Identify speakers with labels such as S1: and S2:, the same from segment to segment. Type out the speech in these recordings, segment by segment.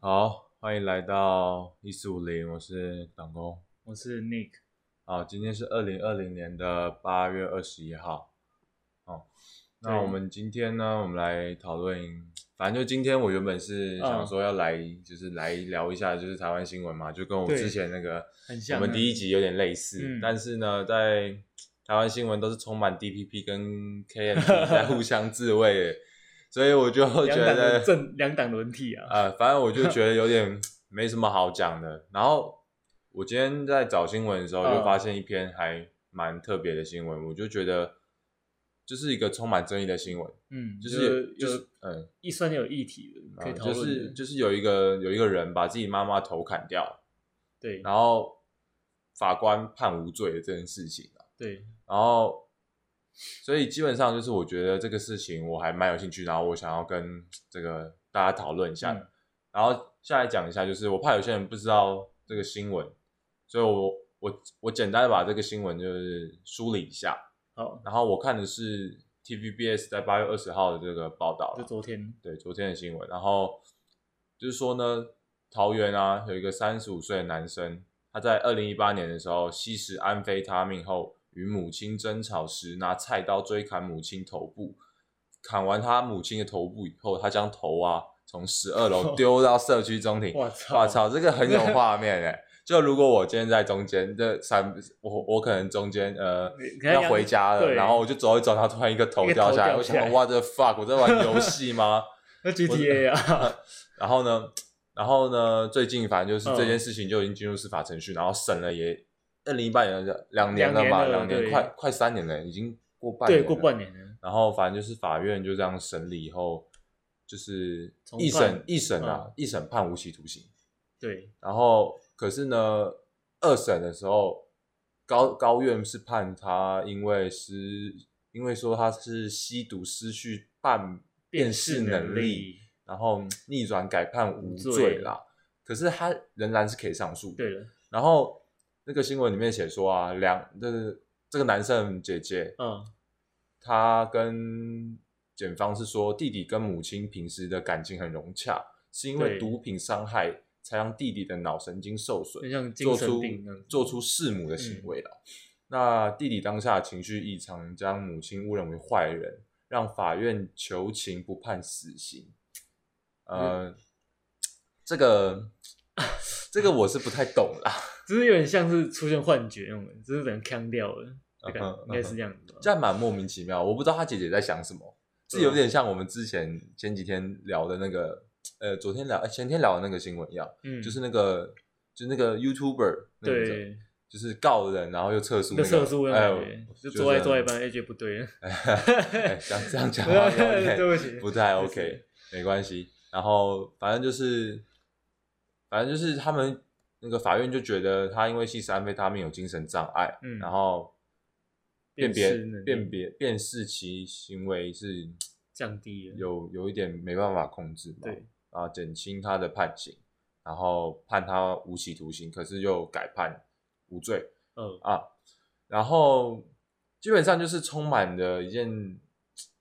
S1: 好，欢迎来到一四五零，我是党工。
S2: 我是 Nick，
S1: 好，今天是二零二零年的八月二十一号。哦，那
S2: 对
S1: 我们今天呢，我们来讨论，反正就今天我原本
S2: 嗯
S1: 是想说要来，就是来聊一下就是台湾新闻嘛，就跟我们
S2: 对
S1: 之前那个
S2: 很
S1: 我
S2: 像
S1: 们
S2: 啊
S1: 第一集有点类似，
S2: 嗯
S1: 但是呢，在台湾新闻都是充满 DPP 跟 KMT 在互相自卫的，所以我就觉
S2: 两党
S1: 得
S2: 的正两党轮替啊，
S1: 呃，反正我就觉得有 点没什么好讲的。然后我今天在找新闻的时候，
S2: 嗯
S1: 就发现一篇还蛮特别的新闻，我就觉得就是一个充满争议的新闻，
S2: 嗯，
S1: 就是
S2: 有
S1: 就是
S2: 有
S1: 嗯，
S2: 一算有议题的，可以
S1: 呃
S2: 讨
S1: 就
S2: 论的，
S1: 是就是有一个有一个人把自己妈妈头砍掉，
S2: 对
S1: 然后法官判无罪的这件事情啊
S2: 对，
S1: 然后。所以基本上就是，我觉得这个事情我还蛮有兴趣，然后我想要跟这个大家讨论一下的。
S2: 嗯
S1: 然后下来讲一下，就是我怕有些人不知道这个新闻，所以我我我简单的把这个新闻就是梳理一下。
S2: 好，
S1: 然后我看的是 TVBS 在八月二十号的这个报道
S2: 就
S1: 啦，
S2: 昨天，
S1: 对昨天的新闻。然后就是说呢，桃园啊有一个三十五岁的男生，他在二零一八年的时候吸食安非他命后，与母亲争吵时拿菜刀追砍母亲头部，砍完他母亲的头部以后，他将头啊从十二 楼丢到社区中庭。
S2: 我操，
S1: 我，哎操，这个 很有画面哎！就如果我今天在中间这三，我我可能中间呃
S2: 你可能
S1: 要回家了，
S2: 对
S1: 然后我就走一走，他突然一个头
S2: 一个
S1: 掉
S2: 头
S1: 下来，
S2: 掉
S1: 我
S2: 下
S1: 想说
S2: 来
S1: 哇，这 fuck，我在玩游戏吗？
S2: 那 GTA 啊，
S1: 然后呢，然后呢，最近反正就是
S2: 嗯
S1: 这件事情就已经进入司法程序，然后审了也二零一八年的嗯两年了嘛，两
S2: 两年了
S1: 年
S2: 对
S1: 快快三年了，已经过半
S2: 对，
S1: 年
S2: 过
S1: 了
S2: 半年了，
S1: 然后反正就是法院就这样审理以后，就是
S2: 重
S1: 一审
S2: 判
S1: 一审啊，一审判无期徒刑。
S2: 对，
S1: 然后可是呢，二审的时候，高高院是判他因为是，因为说他是吸毒失去办辨识能
S2: 能
S1: 力，，然后嗯逆转改判无
S2: 罪
S1: 罪啦。可是他仍然是可以上诉。
S2: 对。了，
S1: 然后那个新闻里面写说啊，两这这个男生姐姐，
S2: 嗯，
S1: 他跟检方是说，弟弟跟母亲平时的感情很融洽，是因为
S2: 对
S1: 毒品伤害才让弟弟的脑神经受损
S2: 很，像精
S1: 做
S2: 神
S1: 出
S2: 病那样，嗯
S1: 做出弑母的行为了。那弟弟当下情绪异常，将母亲误认为坏人，让法院求情不判死刑。呃，
S2: 嗯
S1: 这个这个我是不太懂啦。
S2: 只是有点像是出现幻觉那种的，只是等腔掉了，这感
S1: 嗯哼
S2: 应该是这样子吧，
S1: 这样蛮莫名其妙，我不知道他姐姐在想什么，这
S2: 啊
S1: 有点像我们之前前几天聊的那个，呃，昨天聊，呃前天聊的那个新闻一样，
S2: 嗯，
S1: 就是那个，就那个 YouTuber 那个人，
S2: 对，
S1: 就是告人，然后又撤诉
S2: 一
S1: 那
S2: 个
S1: 个，
S2: 色素那
S1: 哎
S2: 种
S1: 呦
S2: 感觉，
S1: 我
S2: 就
S1: 觉
S2: 坐在
S1: 得
S2: 坐在一半，哎，觉得不对了，
S1: 哎这样这样讲话有点
S2: 对不 起，
S1: 不太
S2: 没
S1: OK，
S2: 事
S1: 没关系。然后反正就是，反正就是他们那个法院就觉得他因为吸食安非他命有精神障碍，
S2: 嗯
S1: 然后辨别
S2: 辨识能力嗯
S1: 辨别辨识其行为是
S2: 降低了，
S1: 有有一点没办法控制嘛，
S2: 对，
S1: 啊，减轻他的判刑，然后判他无期徒刑，可是又改判无罪
S2: 嗯，
S1: 啊，然后基本上就是充满了一件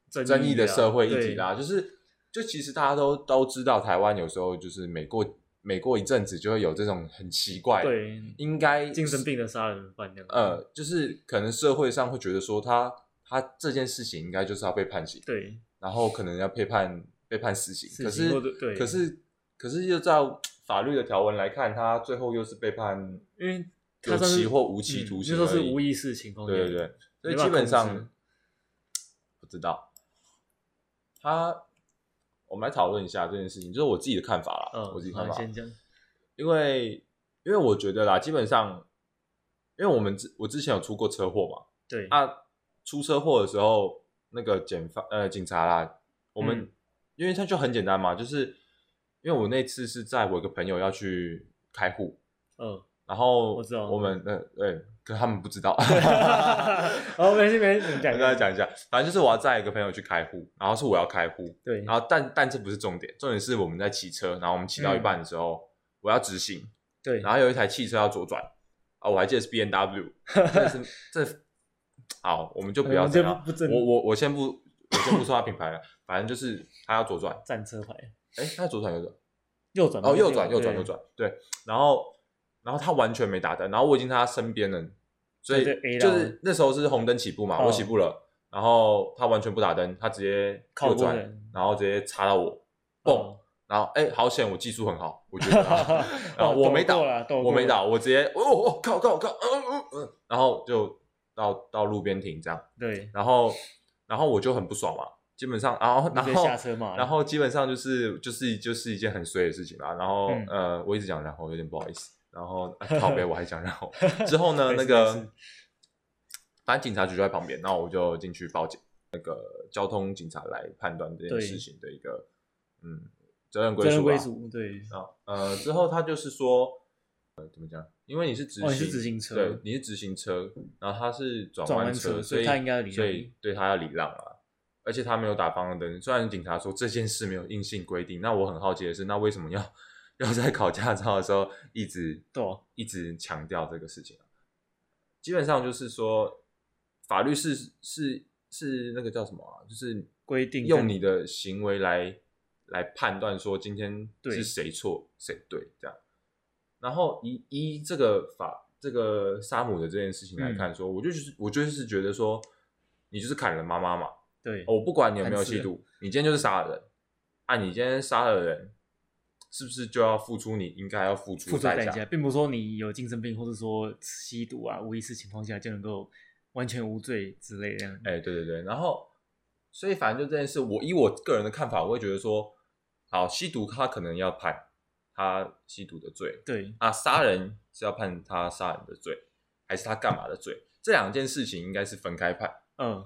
S2: 争
S1: 争议的
S2: 啊
S1: 社会议题啦，就是就其实大家都都知道，台湾有时候就是每过每过一阵子就会有这种很奇怪，，
S2: 对，
S1: 应该
S2: 精神病的杀人犯那样，，
S1: 呃，就是可能社会上会觉得说他他这件事情应该就是要被判刑，
S2: 对，
S1: 然后可能要被判被判死刑，
S2: 死
S1: 可
S2: 刑
S1: 是
S2: 或者对
S1: 可是可是又照法律的条文来看，他最后又是被判
S2: 因为
S1: 有
S2: 他算是
S1: 期或无期徒刑而
S2: 嗯
S1: 已，
S2: 就说是无意识情况下，
S1: 对对对，所以
S2: 没办
S1: 基
S2: 法
S1: 本
S2: 控制
S1: 上不知道他，我们来讨论一下这件事情，就是我自己的看法啦，
S2: 嗯，
S1: 我自己看
S2: 好
S1: 法，
S2: 先讲，
S1: 因为因为我觉得啦，基本上，因为我们之我之前有出过车祸嘛，
S2: 对，
S1: 啊，出车祸的时候，那个检方呃警察啦，我们、
S2: 嗯
S1: 因为他就很简单嘛，就是因为我那次是在我一个朋友要去开户，
S2: 嗯，
S1: 然后
S2: 我知道
S1: 我们呃对，可是他们不知 道，
S2: 好，没事没事，
S1: 跟
S2: 你讲，
S1: 大家讲一下，反正就是我要载一个朋友去开户，然后是我要开户，
S2: 对，
S1: 然后但但这不是重点，重点是我们在骑车，然后我们骑到一半的时候，我要直行，
S2: 对，
S1: 然后有一台汽车要左转，啊，我还记得是 B N W，这是这好，我们就不要
S2: 我们
S1: 这
S2: 就
S1: 样，
S2: 哎不正
S1: 我我我先不我先不说他品牌了，反正就是他要左转，
S2: 战车牌
S1: 哎，他左转右转，
S2: 右转
S1: 哦，右转，右转，
S2: 对
S1: 右转，对。然后，然后他完全没打灯，然后我已经在他身边了，所以
S2: 所以就 A
S1: 就
S2: 到
S1: 是那时候是红灯起步嘛，
S2: 哦
S1: 我起步了，然后他完全不打灯，他直接
S2: 靠
S1: 右
S2: 过
S1: 转，
S2: 人，
S1: 然后直接插到我，
S2: 哦
S1: 蹦，然后哎，好险，我技术很好，我觉得啊，然后
S2: 哦
S1: 我没打
S2: 斗过啦斗
S1: 我
S2: 过
S1: 没
S2: 了
S1: 打，我直接哦哦靠靠靠，嗯嗯嗯，然后就到到路边停这样，
S2: 对，
S1: 然后然后我就很不爽嘛，基本上，然后然
S2: 直接
S1: 后
S2: 下车嘛，
S1: 然 后基本上就是就是就是一件很衰的事情啦。然后、
S2: 嗯
S1: 呃，我一直讲然后有点不好意思，然 后、啊、靠背我还讲然后之后呢，
S2: 没
S1: 那
S2: 事没
S1: 个
S2: 事
S1: 反正警察局就在旁边，那我就进去报警，那个交通警察来判断这件
S2: 对
S1: 事情的一个嗯责任归
S2: 责任
S1: 属
S2: 归
S1: 吧。
S2: 属，对，
S1: 啊呃之后他就是说呃怎么讲，因为你是直
S2: 哦，
S1: 行，
S2: 你是直行车，
S1: 对，你是直行车，然后他是转
S2: 转
S1: 弯
S2: 弯车
S1: 所
S2: 所以
S1: 以
S2: 他应该要礼
S1: 所
S2: 让
S1: 以对他要礼让啊。而且他没有打方向灯，虽然警察说这件事没有硬性规定，那我很好奇的是，那为什么要要在考驾照的时候一直
S2: 对啊
S1: 一直强调这个事情啊？基本上就是说，法律是是是那个叫什么啊？就是
S2: 规定
S1: 用
S2: 跟
S1: 你的行为来来判断说今天
S2: 对
S1: 是谁错谁对这样。然后以依这个法这个杀母的这件事情
S2: 嗯
S1: 来看说，我就是我就是觉得说，你就是砍了妈妈嘛，哦
S2: 对，
S1: 我不管你有没有
S2: 砍死
S1: 吸
S2: 人
S1: 毒，你今天就是杀了人，啊，你今天杀了人，是不是就要付出你应该要付出
S2: 付
S1: 的
S2: 出代
S1: 价？
S2: 价，并不是说你有精神病或者说吸毒啊无意识情况下就能够完全无罪之类这样，
S1: 哎、对对对，然后所以反正就这件事，我以我个人的看法，我会觉得说，好，吸毒他可能要判他吸毒的罪
S2: 对，
S1: 啊，杀人是要判他杀人的罪，还是他干嘛的罪？这两件事情应该是分开判，
S2: 嗯，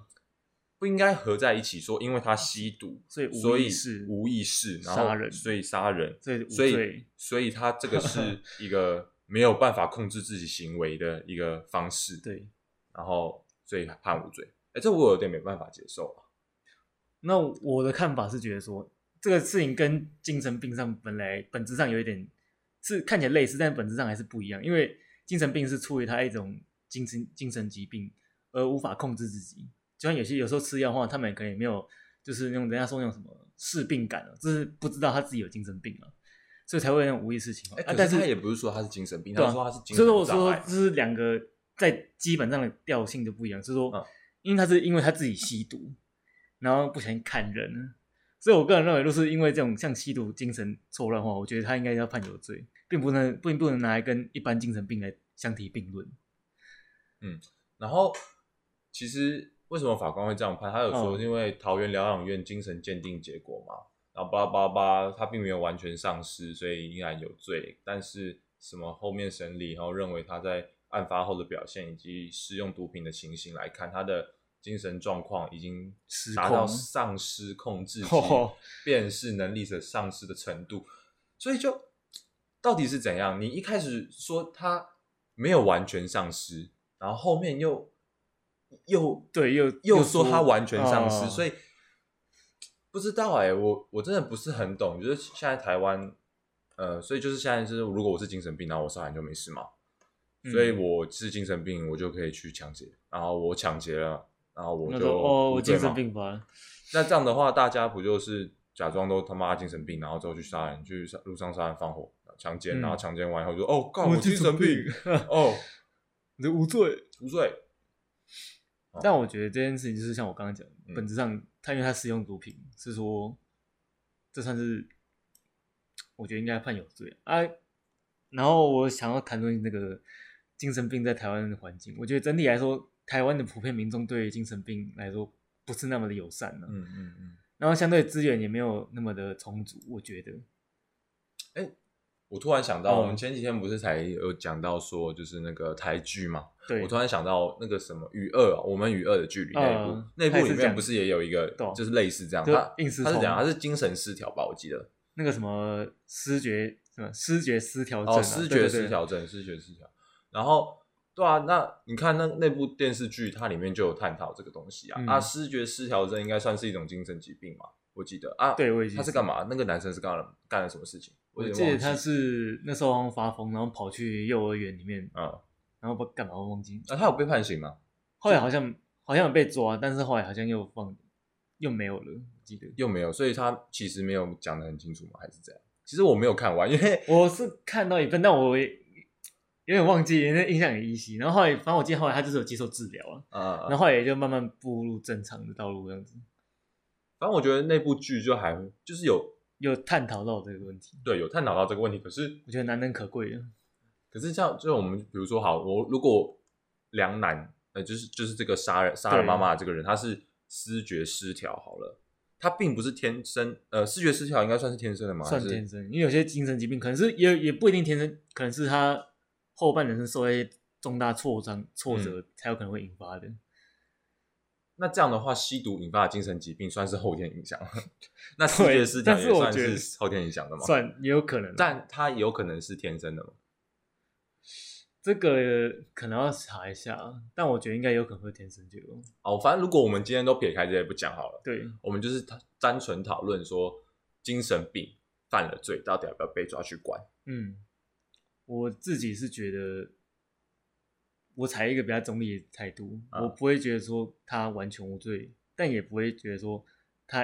S1: 不应该合在一起说，因为他吸毒，
S2: 所以无
S1: 所以
S2: 意识
S1: 无意识，然
S2: 杀
S1: 后
S2: 人
S1: 所以杀人，
S2: 所以无
S1: 所
S2: 罪
S1: 以，所以他这个是一个没有办法控制自己行为的一个方式，
S2: 对。
S1: 然后所以判无罪。哎，这我有点没办法接受啊。
S2: 那我的看法是觉得说，这个事情跟精神病上本来本质上有一点是看起来类似，但本质上还是不一样。因为精神病是出于他一种精神精神疾病而无法控制自己，就像有些有时候吃药的话，他们可能也没有就是那种人家说那种什么视病感啊，就是不知道他自己有精神病啊，所以才会那种无意识情况。
S1: 哎、
S2: 啊
S1: 可
S2: 但
S1: 是
S2: 是
S1: 他也不是说他是精神病，
S2: 对
S1: 他
S2: 啊
S1: 说他是精神
S2: 所以说我
S1: 障
S2: 说
S1: 碍
S2: 这。是两个在基本上的调性就不一样，就是说，
S1: 嗯
S2: 因为他是因为他自己吸毒，然后不小心砍人，啊所以我个人认为，就是因为这种像吸毒精神错乱的话，我觉得他应该要判有罪，并不能并不能拿来跟一般精神病来相提并论。
S1: 然后其实为什么法官会这样判？他有说，
S2: 嗯
S1: 因为桃园疗养院精神鉴定结果嘛，然后巴拉巴拉巴拉，他并没有完全丧失，所以依然有罪。但是什么后面审理，然后认为他在案发后的表现以及使用毒品的情形来看，他的精神状况已经
S2: 失
S1: 达到
S2: 控哦
S1: 丧失控 制及辨识能力的丧失的程度，所以就到底是怎样？你一开始说他没有完全丧失，然后后面又又
S2: 对，又哦嗯
S1: 又说他完全丧失，所
S2: 以
S1: 以不知道哎、我我真的不是很懂，就是现在台湾，呃，所以就是现在就是，如果我是精神病，然后我杀人就没事嘛，
S2: 嗯
S1: 所以我是精神病，我就可以去抢劫，然后我抢劫了，然后我
S2: 那
S1: 就
S2: 说哦，
S1: 无
S2: 我
S1: 罪
S2: 精神
S1: 嘛
S2: 病吧，
S1: 那这样的话，大家不就是假装都他妈精神病，然后之后去杀人，去杀路上杀人放火、强奸，
S2: 嗯
S1: 然后强奸完以后就说哦，告我精神病， 哦，
S2: 你的无罪。
S1: 无罪。
S2: 但我觉得这件事情就是像我刚刚讲的，
S1: 嗯
S2: 本质上他因为他使用毒品，是说这算是我觉得应该判有罪啊。然后我想要谈论那个精神病在台湾的环境，我觉得整体来说，台湾的普遍民众对于精神病来说不是那么的友善呢、
S1: 嗯嗯嗯，
S2: 然后相对资源也没有那么的充足，我觉得
S1: 我突然想到，
S2: 嗯
S1: 我们前几天不是才有讲到说，就是那个台剧嘛，
S2: 对
S1: 我突然想到那个什么《与二》，我们《与二》的距离那一部
S2: 嗯，
S1: 那一
S2: 它也
S1: 部
S2: 是
S1: 里面
S2: 讲
S1: 不是也有一个
S2: 懂
S1: 就是类似这样，
S2: 就
S1: 他
S2: 硬是
S1: 他是
S2: 冲
S1: 讲他是精神失调吧，我记得
S2: 那个什么失觉什么失觉失调症、啊
S1: 哦，失觉失，调症，失觉失调。然后，对啊，那你看那那部电视剧，它里面就有探讨这个东西啊。
S2: 嗯
S1: 啊，失觉失调症应该算是一种精神疾病嘛？我记得啊，
S2: 对对对，对我已经
S1: 他是干嘛？那个男生是干了干了什么事情？
S2: 我
S1: 有
S2: 记
S1: 点
S2: 得
S1: 忘
S2: 他是那时候好像发疯，然后跑去幼儿园里面，
S1: 嗯，
S2: 然后不干嘛我忘记。
S1: 啊，他有被判刑吗？
S2: 后来好像好像有被抓，但是后来好像又放又没有了，我记得。
S1: 又没有，所以他其实没有讲的很清楚嘛，还是这样？其实我没有看完，因为
S2: 我是看到一份，但我也有点忘记，那印象很依稀。然后后来，反正我记得后来他就是有接受治疗了，
S1: 呃，
S2: 然后后来也就慢慢步入正常的道路，这样子
S1: 反正我觉得那部剧就还就是有
S2: 有探讨到这个问题，
S1: 对有探讨到这个问题，可是
S2: 我觉得难能可贵的。
S1: 可是像就是我们比如说好，我如果梁楠，呃，就是就是这个杀人杀人
S2: 对
S1: 妈妈的这个人，他是思觉失调好了，他并不是天生，呃，视觉失调应该算是天生的吗？
S2: 算
S1: 还是
S2: 天生，因为有些精神疾病可能是也也不一定天生，可能是他后半人生受到一些重大挫伤、挫
S1: 嗯
S2: 折才有可能会引发的。
S1: 那这样的话，吸毒引发的精神疾病算是后天影响， 那视
S2: 对
S1: 觉失调
S2: 但是
S1: 也
S2: 我
S1: 算
S2: 觉得
S1: 是后天影响的吗？，
S2: 算也有可能啊，
S1: 但它有可能是天生的嘛？
S2: 这个可能要查一下，啊但我觉得应该有可能会天生就有。
S1: 哦，反正如果我们今天都撇开这些不讲好了，
S2: 对，
S1: 我们就是单纯讨论说精神病犯了罪，到底要不要被抓去关？
S2: 嗯，我自己是觉得，我采一个比较中立的态度，
S1: 啊
S2: 我不会觉得说他完全无罪，但也不会觉得说他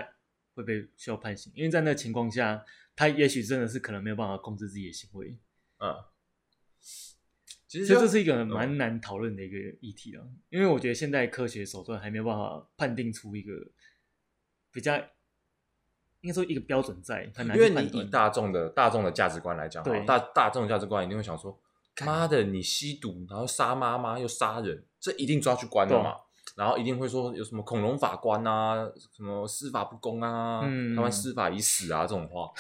S2: 会被需要判刑，因为在那个情况下，他也许真的是可能没有办法控制自己的行为，
S1: 嗯，其实
S2: 所以
S1: 就嗯
S2: 这是一个蛮难讨论的一个议题啊。因为我觉得现在科学手段还没有办法判定出一个比较，应该说一个标准在，很难
S1: 因
S2: 去
S1: 为
S2: 判
S1: 你以
S2: 断。
S1: 大众的大众的价值观来讲好了，
S2: 对
S1: 大大众的价值观一定会想说，妈的，你吸毒，然后杀妈妈又杀人，这一定抓去关
S2: 啊
S1: 的嘛。然后一定会说有什么恐龙法官啊，什么司法不公啊，
S2: 嗯
S1: 台湾司法已死啊这种话，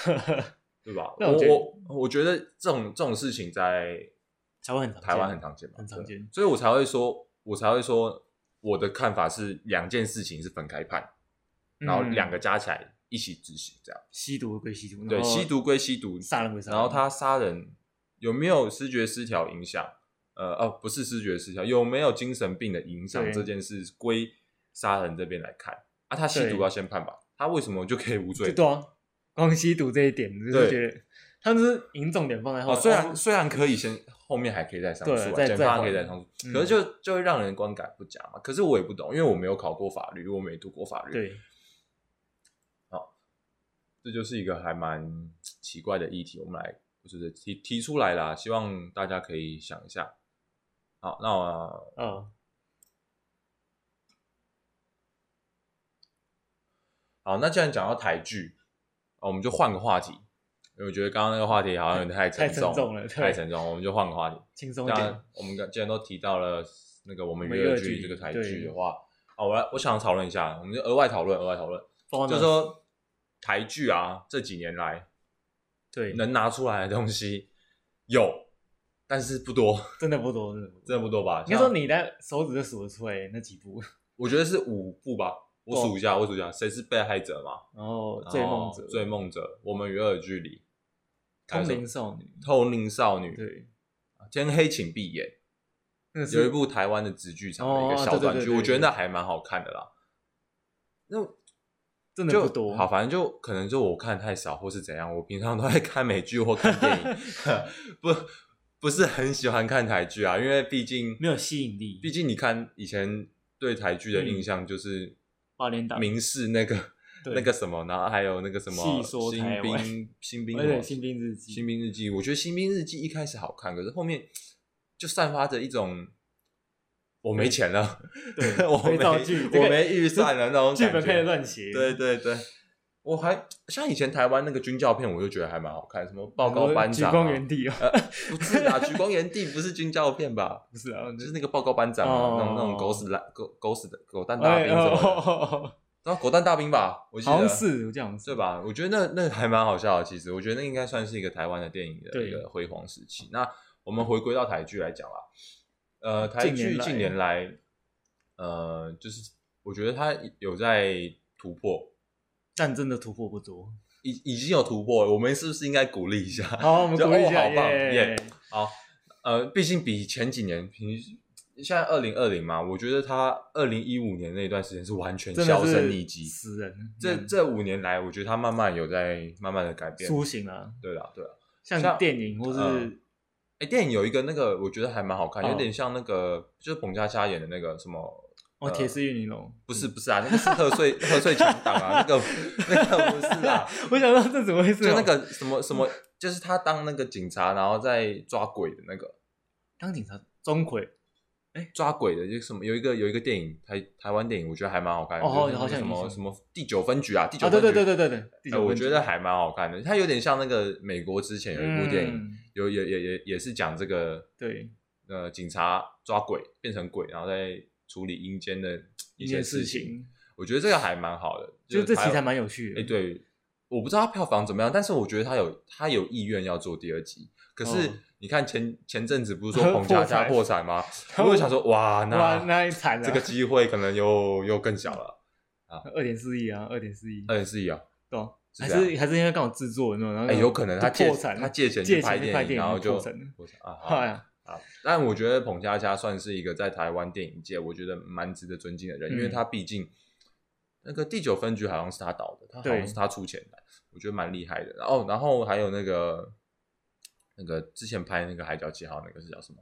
S1: 对吧？
S2: 那
S1: 我
S2: 我觉得
S1: 我我觉得这种这种事情在
S2: 台湾很常见
S1: 台湾很常见吧，
S2: 很常见
S1: 对所以我才会说，我才会说我的看法是两件事情是分开判，然后
S2: 嗯
S1: 两个加起来一起执行这样。
S2: 吸毒归吸毒，
S1: 对，
S2: 然后
S1: 吸毒归吸毒，
S2: 杀人归杀人，
S1: 然后他杀人有没有视觉失调影响？呃，哦，不是视觉失调，有没有精神病的影响
S2: 对
S1: 这件事归杀人这边来看啊。他吸
S2: 对
S1: 毒要先判吧，他为什么就可以无罪
S2: 就？对啊，光吸毒这一点，就是觉得他们是引重点放在后
S1: 哦，
S2: 面。
S1: 虽然虽然可以先后面还可以再上
S2: 对
S1: 诉、啊，
S2: 再
S1: 检
S2: 再
S1: 方
S2: 缓
S1: 可以再上诉，
S2: 嗯
S1: 可是就就会让人观感不佳嘛。可是我也不懂，因为我没有考过法律，我没读过法律，，
S2: 对，
S1: 这就是一个还蛮奇怪的议题，我们来就是提提出来啦，希望大家可以想一下。好，那我
S2: 哦，
S1: 好，那既然讲到台剧，啊我们就换个话题，因为我觉得刚刚那个话题好像有点太沉
S2: 太沉重
S1: 了，
S2: 了对
S1: 太沉重，我啊们就换个话题。
S2: 轻松一
S1: 当
S2: 点
S1: 然，，我们刚既然都提到了那个我们
S2: 我们
S1: 娱乐
S2: 乐
S1: 剧
S2: 剧
S1: 这个台
S2: 对
S1: 剧的话，啊，我来，我想讨论一下，我们就额外讨论，额外讨论，
S2: 包
S1: 就
S2: 呢
S1: 是说台剧啊，这几年来
S2: 对，
S1: 能拿出来的东西有，但是不多，
S2: 真的不多，真的不多。
S1: 真的不多吧？
S2: 应该说
S1: 像
S2: 你的手指就数得出来那几部，
S1: 我觉得是五部吧，我
S2: 哦
S1: 数一下，我数一下，谁是被害者嘛？
S2: 然后
S1: 然后
S2: 《醉梦者》、
S1: 追哦梦者，我们与恶的距离，
S2: 通灵少女》，
S1: 透灵少女，啊
S2: 对，
S1: 天黑请闭眼，
S2: 那个是
S1: 有一部台湾的直剧场的一个
S2: 哦
S1: 小短
S2: 对对对
S1: 剧，
S2: 对
S1: 我觉得那还蛮好看的啦。那
S2: 真的
S1: 就
S2: 不多，
S1: 好，反正就可能就我看太少，或是怎样。我平常都在看美剧或看电 影，不不是很喜欢看台剧啊，因为毕竟
S2: 没有嗯吸引力
S1: 毕竟你看以前对台剧的印象就是
S2: 八连档
S1: 明视那个
S2: 对
S1: 那个什么，然后还有那个什么
S2: 戏说
S1: 新
S2: 台湾
S1: 兵新兵
S2: 而
S1: 什么
S2: 且新兵日记
S1: 新兵日记，我觉得新兵日记一开始好看，可是后面就散发着一种我没钱了，
S2: 对
S1: 我
S2: 肥
S1: 没
S2: 皂剧这个
S1: 我没预算了那种
S2: 剧
S1: 感
S2: 本
S1: 觉
S2: 开始乱写，
S1: 对对对，我还像以前台湾那个军教片，我就觉得还蛮好看，什么报
S2: 很多
S1: 告班
S2: 举
S1: 长、啊，
S2: 光原地哦，
S1: 呃， 不是啊，举光原地不是军教片吧？
S2: 不是啊，
S1: 就是那个报告班长、啊
S2: 哦
S1: 那种那种狗屎烂狗狗屎的狗蛋大兵什
S2: 哎
S1: 么的，
S2: 哦哦哦哦
S1: 然后狗蛋大兵吧，我记得
S2: 好像是这样子，
S1: 对？吧？我觉得那那还蛮好笑的。其实我觉得那应该算是一个台湾的电影的
S2: 对
S1: 一个辉煌时期。那我们回归到台剧来讲啦，呃，台
S2: 近
S1: 剧
S2: 年来
S1: 近年来，呃，就是我觉得它有在突破，
S2: 但真的突破不多。
S1: 已已经有突破了。我们是不是应该鼓励一下？
S2: 好，我 们
S1: 就
S2: 鼓励一
S1: 哦
S2: 下，
S1: 好棒耶
S2: 耶！
S1: 好，呃，毕竟比前几年平。现在二零二零嘛，我觉得它二零一五年那段时间是完全
S2: 真
S1: 销
S2: 的
S1: 声
S2: 是
S1: 匿迹。
S2: 死人，
S1: 这这五年来，我觉得它慢慢有在慢慢的改变。
S2: 苏醒了，
S1: 对啦，对啦，像
S2: 像电影或
S1: 嗯
S2: 是
S1: 哎、电影有一个那个，我觉得还蛮好看，
S2: 哦
S1: 有点像那个，就是彭佳佳演的那个什么
S2: 哦，铁丝玉玲珑，
S1: 不是不是啊，那个是贺岁贺岁强档啊，那个那个不是 啊，
S2: 我想到这怎么会是
S1: 就
S2: 哦
S1: 那个什么什么，就是他当那个警察，然后在抓鬼的那个
S2: 当警察钟馗
S1: 抓鬼的，就是什么有一个有一个电影台台湾电影，我觉得还蛮好看的，
S2: 哦
S1: 就是那个
S2: 好像
S1: 什
S2: 有
S1: 么
S2: 印象
S1: 什么第九分局啊，第九
S2: 啊，对
S1: 分局，
S2: 对对对对对，第
S1: 哎
S2: 九
S1: 我
S2: 分
S1: 觉
S2: 局
S1: 得还蛮好看的，它有点像那个美国之前有一部电影，
S2: 嗯
S1: 有也也也也是讲这个
S2: 对
S1: 呃警察抓鬼变成鬼，然后再处理阴间的一
S2: 一
S1: 些
S2: 件事
S1: 情。
S2: 情，
S1: 我觉得这个还蛮好的，
S2: 就是这题
S1: 台
S2: 材蛮有趣
S1: 哎、
S2: 的。，
S1: 对，我不知道它票房怎么样，但是我觉得他有他有意愿要做第二集。可
S2: 哦
S1: 是你看前、前阵子不是说彭佳 佳
S2: 破产
S1: 破产 吗？
S2: 然后
S1: 我就想说，哇，
S2: 哇，
S1: 那
S2: 那也惨了，啊
S1: 这个机会可能又又更小了。
S2: 二点四亿啊，二点四亿，
S1: 二点四亿啊，
S2: 对啊，
S1: 是
S2: 还
S1: 这样
S2: 是还是因为刚好制作，然后
S1: 哎、有可能他
S2: 嗯就
S1: 借
S2: 破产了，
S1: 他借钱
S2: 借
S1: 拍
S2: 钱去拍
S1: 影，
S2: 电
S1: 然后就
S2: 破产了。
S1: 破产啊。好
S2: 哎呀，
S1: 啊，但我觉得彭佳佳算是一个在台湾电影界，我觉得蛮值得尊敬的人，
S2: 嗯
S1: 因为他毕竟那个第九分局好像是他导的，他好
S2: 对
S1: 像是他出钱的，我觉得蛮厉害的。然后，然后还有那个那个之前拍那个《海角七号》那个是叫什么？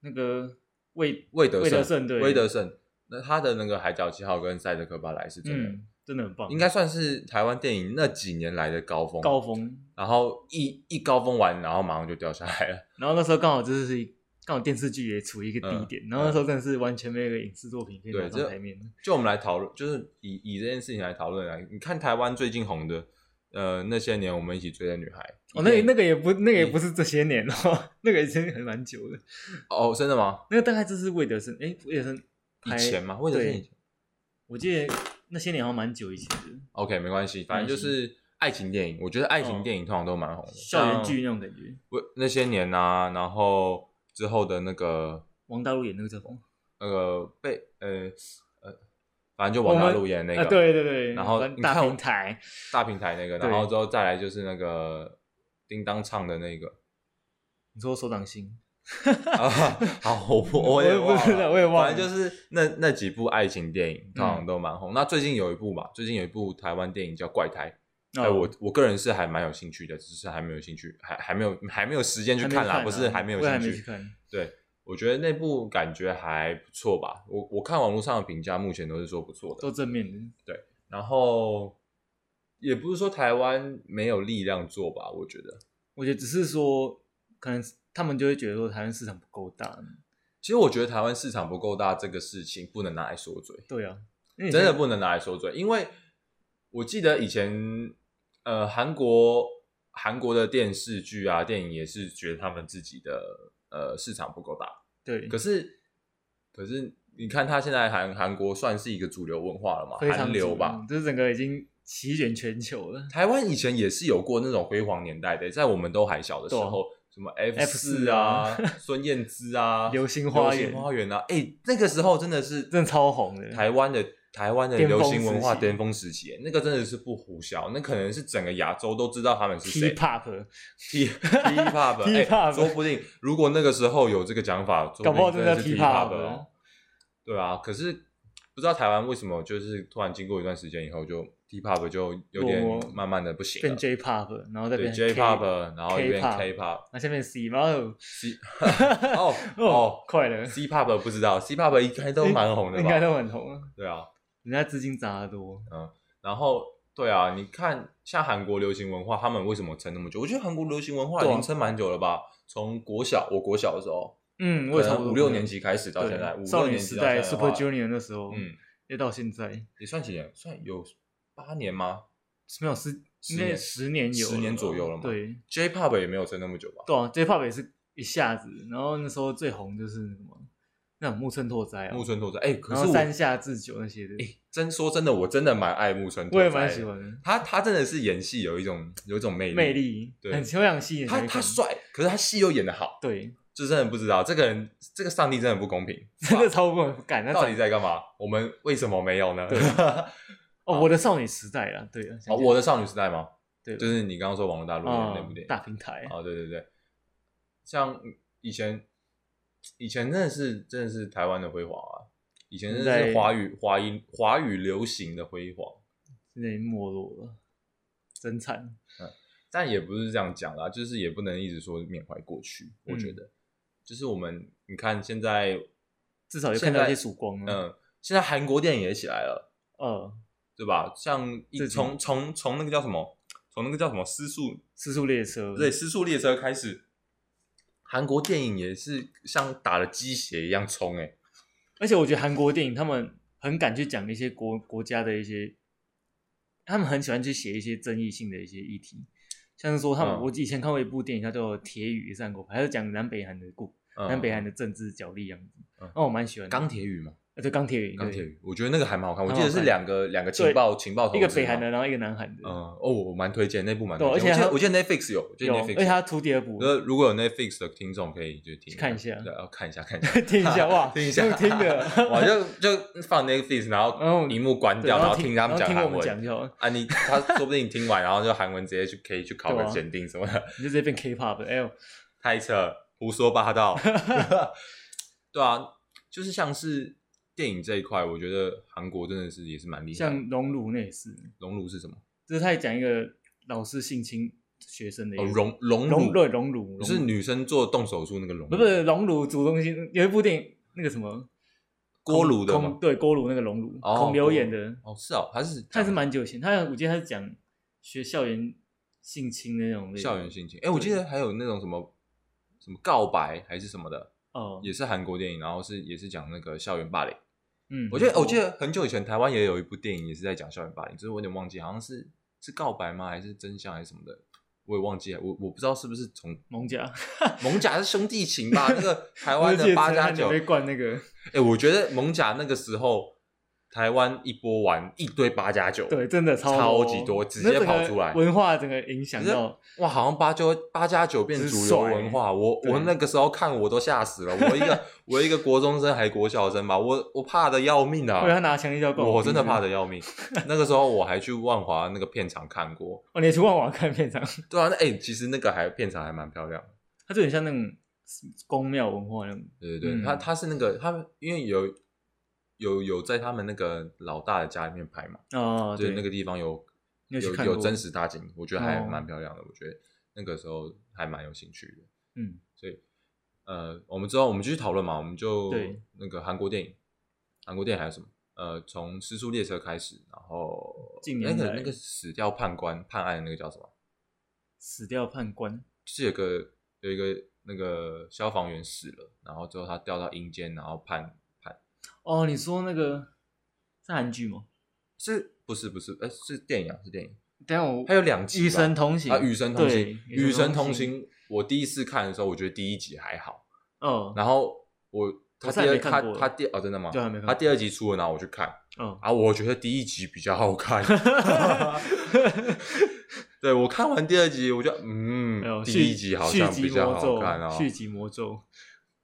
S2: 那个魏
S1: 魏德
S2: 魏德
S1: 胜，
S2: 胜对
S1: 魏德胜。那他的那个《海角七号》跟《赛德克巴莱》是真的，
S2: 嗯，真的很棒，
S1: 应该算是台湾电影那几年来的高峰。
S2: 高峰。
S1: 然后一一高峰完，然后马上就掉下来了。
S2: 然后那时候刚好就是刚好电视剧也处于一个低点，
S1: 嗯
S2: 然后那时候真的是完全没有一个影视作品可以拿
S1: 对，
S2: 上
S1: 这
S2: 台面。
S1: 就我们来讨论，就是以以这件事情来讨论啊。你看台湾最近红的，呃，那些年我们一起追的女孩，
S2: 哦，那
S1: 一定
S2: 那个也不那个也不是这些年哦， 那个已经很蛮久了。
S1: 哦，真的吗？
S2: 那个大概就是魏德胜，哎，魏德胜拍
S1: 以前吗？为了是以前
S2: 对我记得那些年好像蛮久以前的，
S1: ，OK，没关系，反正就是爱情电影。我觉得爱情电影通常都蛮红的，
S2: 哦校园剧那
S1: 像
S2: 种感觉。
S1: 为那些年啊，然后之后的那个
S2: 王大陆演那个叫什么？
S1: 那个被呃呃，反正就王大陆演那个、
S2: 啊，对对对，
S1: 然后你
S2: 大
S1: 看我
S2: 平台，
S1: 大平台那个，
S2: 对
S1: 然后之后再来就是那个叮当唱的那个。
S2: 你说手掌心，
S1: 啊，好，我 不我
S2: 我
S1: 也
S2: 也不
S1: 忘
S2: 知道我也忘
S1: 反正
S2: 了嗯
S1: 就是那那几部爱情电影，通常都蛮红。那最近有一部嘛，最近有一部台湾电影叫《怪胎》，哎、
S2: 哦
S1: 我我个人是还蛮有兴趣的，只是还没有兴趣，还还没有还没有时间去
S2: 还没
S1: 看啦，
S2: 啊
S1: 不是还没有
S2: 我也还
S1: 兴
S2: 没
S1: 趣
S2: 去。看。
S1: 对，我觉得那部感觉还不错吧。我我看网络上的评价，目前都是说不错的。
S2: 都正面的，
S1: 然后也不是说台湾没有力量做吧，我觉得。
S2: 我觉得只是说，可能他们就会觉得说台湾市场不够大。
S1: 其实我觉得台湾市场不够大这个事情不能拿来说嘴。
S2: 对啊，因为你
S1: 真的
S2: 现在
S1: 不能拿来说嘴，因为我记得以前呃韩国韩国的电视剧啊电影也是觉得他们自己的呃市场不够大，
S2: 对，
S1: 可是可是你看他现在韩韩国算是一个主流文化了嘛，
S2: 非常
S1: 韩流吧
S2: 主。流，就是整个已经席卷全球了。
S1: 台湾以前也是有过那种辉煌年代的，在我们都还小的时候，什么 F 四啊、孙燕姿啊、
S2: 流星花
S1: 流
S2: 园
S1: 星花园啊，哎、那个时候真的是
S2: 真的超红的
S1: 台湾的台湾的
S2: 巅峰
S1: 流行文化
S2: 时期
S1: 巅峰时期，那个真的是不胡笑，那可能是整个亚洲都知道他们是谁。
S2: T-pop，
S1: T T pop，哎
S2: T-pop
S1: 说不定如果那个时候有这个讲法，说
S2: 搞不好
S1: 定
S2: 真
S1: 真
S2: 的
S1: 是 T
S2: T-pop
S1: 哦。对啊，可是不知道台湾为什么，就是突然经过一段时间以后就，T pop 就有点
S2: 落寞
S1: 慢慢的不行了
S2: 变。J-pop，然后再
S1: 对
S2: 变
S1: J pop，然后又变 K
S2: K-pop
S1: pop，
S2: 那下面 C，然后
S1: C 哦哦
S2: 快了，
S1: C pop 不知道，C pop 应该都蛮红的
S2: 应该
S1: 吧？
S2: 都很红啊，
S1: 对啊，
S2: 人家资金砸得多，
S1: 然后对啊，你看像韩国流行文化，他们为什么撑那么久？我觉得韩国流行文化已
S2: 对啊
S1: 经撑蛮久了吧，从国小我国小的时候，
S2: 嗯，我也差不
S1: 可能
S2: 多
S1: 五六年级开始到
S2: 对
S1: 现在，五
S2: 少
S1: 六
S2: 女
S1: 年
S2: 时
S1: 级
S2: 代
S1: 到现在的
S2: Super
S1: 话
S2: Junior 那时候，
S1: 嗯，
S2: 也到现在
S1: 也算几年，算有八年吗
S2: 没有十，
S1: 十
S2: 应该
S1: 年
S2: 十年有了吧，
S1: 十年左右了嘛
S2: 对，
S1: ？J-pop 也没有撑那么久吧？
S2: 对啊，J-pop 也是一下子，然后那时候最红就是那个嘛，那种木村拓哉啊，
S1: 木村拓哉，哎，可
S2: 然
S1: 是我
S2: 后山下智久那些的，
S1: 真说真的，我真的蛮爱木村拓哉，嗯
S2: 我也蛮喜。欢的，
S1: 他他真的是演戏有一种有一种魅力，
S2: 魅力，
S1: 对
S2: 很修养系，
S1: 他他，帅，可是他戏又演得好，
S2: 对，
S1: 就真的不知道这个人这个上帝真的不公平，
S2: 真的超不敢。那
S1: 到底在干嘛？我们为什么没有呢？
S2: 对 哦，我的少女时代啦，对啊，想
S1: 哦，
S2: 起来
S1: 我的少女时代吗？
S2: 对
S1: 就
S2: 了
S1: 是你刚刚说《网络大陆》
S2: 啊
S1: 那部电影。
S2: 大平台，
S1: 哦，对对对，像以前，以前真的是真的是台湾的辉煌啊！以前真的
S2: 现
S1: 是
S2: 在
S1: 华语华语华语流行的辉煌，
S2: 现在已经没落了，真惨。
S1: 但也不是这样讲啦，就是也不能一直说缅怀过去。我觉
S2: 嗯
S1: 得，就是我们你看现在，
S2: 至少有
S1: 现
S2: 看到一
S1: 在
S2: 些曙光啊。
S1: 嗯，现在韩国电影也起来了，
S2: 呃，
S1: 对吧？像一
S2: 自己
S1: 从从从那个叫什么，从那个叫什么《失速
S2: 失速列车，
S1: 对，《失速列车》开始，韩国电影也是像打了鸡血一样冲哎、欸
S2: 而且我觉得韩国电影他们很敢去讲一些国国家的一些，他们很喜欢去写一些争议性的一些议题，像是说他们，
S1: 嗯
S2: 我以前看过一部电影，它叫做《铁与三国》，还是讲南北韩的故、
S1: 嗯
S2: 南北韩的政治角力样子，
S1: 嗯
S2: 那、我蛮喜欢的。
S1: 钢铁雨嘛，
S2: 呃对钢铁雨，
S1: 钢铁
S2: 对
S1: 雨，我觉得那个还蛮好看，我
S2: 很
S1: 记得
S2: 好
S1: 是
S2: 看
S1: 两个两个情报情报投
S2: 一个
S1: 资
S2: 北
S1: 嘛
S2: 韩的，然后一个南韩的，
S1: 嗯哦，我蛮推荐那部蛮推
S2: 对
S1: 荐，
S2: 而
S1: 我记
S2: 且它
S1: 得我记得 Netflix 有，我记得
S2: 有，而
S1: Netflix
S2: 且它图第二部，
S1: 呃，如果有 Netflix 的听众可以就听
S2: 看一下
S1: 对，要看一下看一下
S2: 听一 下哇，
S1: 听一下
S2: 用 听的，
S1: 哇，就就放 Netflix，然
S2: 然
S1: 后
S2: 后
S1: 荧幕关
S2: 对
S1: 掉，
S2: 然
S1: 后
S2: 后
S1: 听
S2: 听
S1: 他们讲
S2: 然后听我
S1: 韩
S2: 们讲
S1: 文。
S2: 就好了，
S1: 啊你， 他说不定你听完，然后就韩文直接去可以去考个
S2: 对啊
S1: 检定什么的，
S2: 你就直接变 K-pop，哎呦，
S1: 太扯，胡说八道。 对啊，就是像是电影这一块，我觉得韩国真的是也是蛮厉害的。
S2: 像熔炉那也是，
S1: 熔炉是什么？
S2: 就是他也讲一个老师性侵学生的一
S1: 哦，
S2: 个
S1: 熔熔
S2: 熔
S1: 炉
S2: 对熔炉，
S1: 就是
S2: 熔炉
S1: 女生做动手术那个熔炉，
S2: 不是熔炉煮东西，有一部电影那个什么
S1: 锅炉的
S2: 空
S1: 吗？
S2: 对锅炉那个熔炉，
S1: 哦
S2: 孔刘演的，
S1: 哦，是哦，还是
S2: 他也是蛮久以前，他我记得他是讲学校园性侵的那种类型
S1: 校园性侵。哎、我记得还有那种什么什么告白还是什么的，
S2: 哦，
S1: 也是韩国电影，然后是也是讲那个校园霸凌。
S2: 嗯，
S1: 我记得我记得很久以前台湾也有一部电影也是在讲校园霸凌，只是我有点忘记，好像是是告白吗？还是真相还是什么的？我也忘记了，我我不知道是不是从
S2: 蒙甲，
S1: 蒙甲是兄弟情吧？那个台湾
S2: 我就记
S1: 的
S2: 得
S1: 八加
S2: 陈汉典
S1: 九，
S2: 被灌那个，
S1: 哎、我觉得蒙甲那个时候台湾一播完一堆八加九，
S2: 对，真的超
S1: 超级多直接
S2: 那整个
S1: 跑出来
S2: 文化整个影响到。
S1: 哇，好像八九八加九变主流文化，我
S2: 对
S1: 我那个时候看我都吓死了，我一个我一个国中生还国小生吧，我我怕的要命
S2: 对，他
S1: 啊！
S2: 拿强力胶灌
S1: 我真的
S2: 鼻子
S1: 怕的。要 命，那个时候我还去万华那个片场看过，
S2: 哦，你也去万华看片场，
S1: 对啊，那哎、其实那个还片场还蛮漂亮的，
S2: 它就很像那种宫庙文化那种。
S1: 对对对，
S2: 嗯
S1: 他他是那个他们因为有有有在他们那个老大的家里面拍嘛，
S2: 哦，
S1: 对
S2: 对，
S1: 那个地方有
S2: 你有去
S1: 有
S2: 看
S1: 有
S2: 过
S1: 真实搭景，我觉得还
S2: 哦
S1: 蛮漂亮的，我觉得那个时候还蛮有兴趣的。
S2: 嗯，
S1: 呃，我们之后我们继续讨论嘛，我们就
S2: 对
S1: 那个韩国电影，韩国电影还有什么？呃，从《失速列车》开始，然后
S2: 近
S1: 那
S2: 年
S1: 个
S2: 来
S1: 那个死掉判官判案的那个叫什么？
S2: 死掉判官，
S1: 就是有个有一个那个消防员死了，然后之后他掉到阴间，然后判判
S2: 哦，你说那个是韩剧吗？
S1: 是不是不是？哎、是电影、啊、是电影，
S2: 等一下我
S1: 还有两集吧
S2: 与神同行
S1: 啊，《与神同行》
S2: 对
S1: 《
S2: 与
S1: 与神
S2: 神
S1: 同
S2: 同
S1: 行》，我第一次看的时候，我觉得第一集还好，
S2: 哦，
S1: 然后我他
S2: 我
S1: 第
S2: 是还
S1: 二
S2: 没看
S1: 他
S2: 过
S1: 他第哦真的吗？
S2: 对还没看过
S1: 他第二集出了，然后我去看。
S2: 哦，
S1: 啊，我觉得第一集比较好 看。对我看完第二集，我就
S2: 还有
S1: 嗯，第
S2: 续
S1: 一集好像
S2: 续集
S1: 比较
S2: 魔
S1: 好
S2: 咒
S1: 看哦。
S2: 续集魔咒，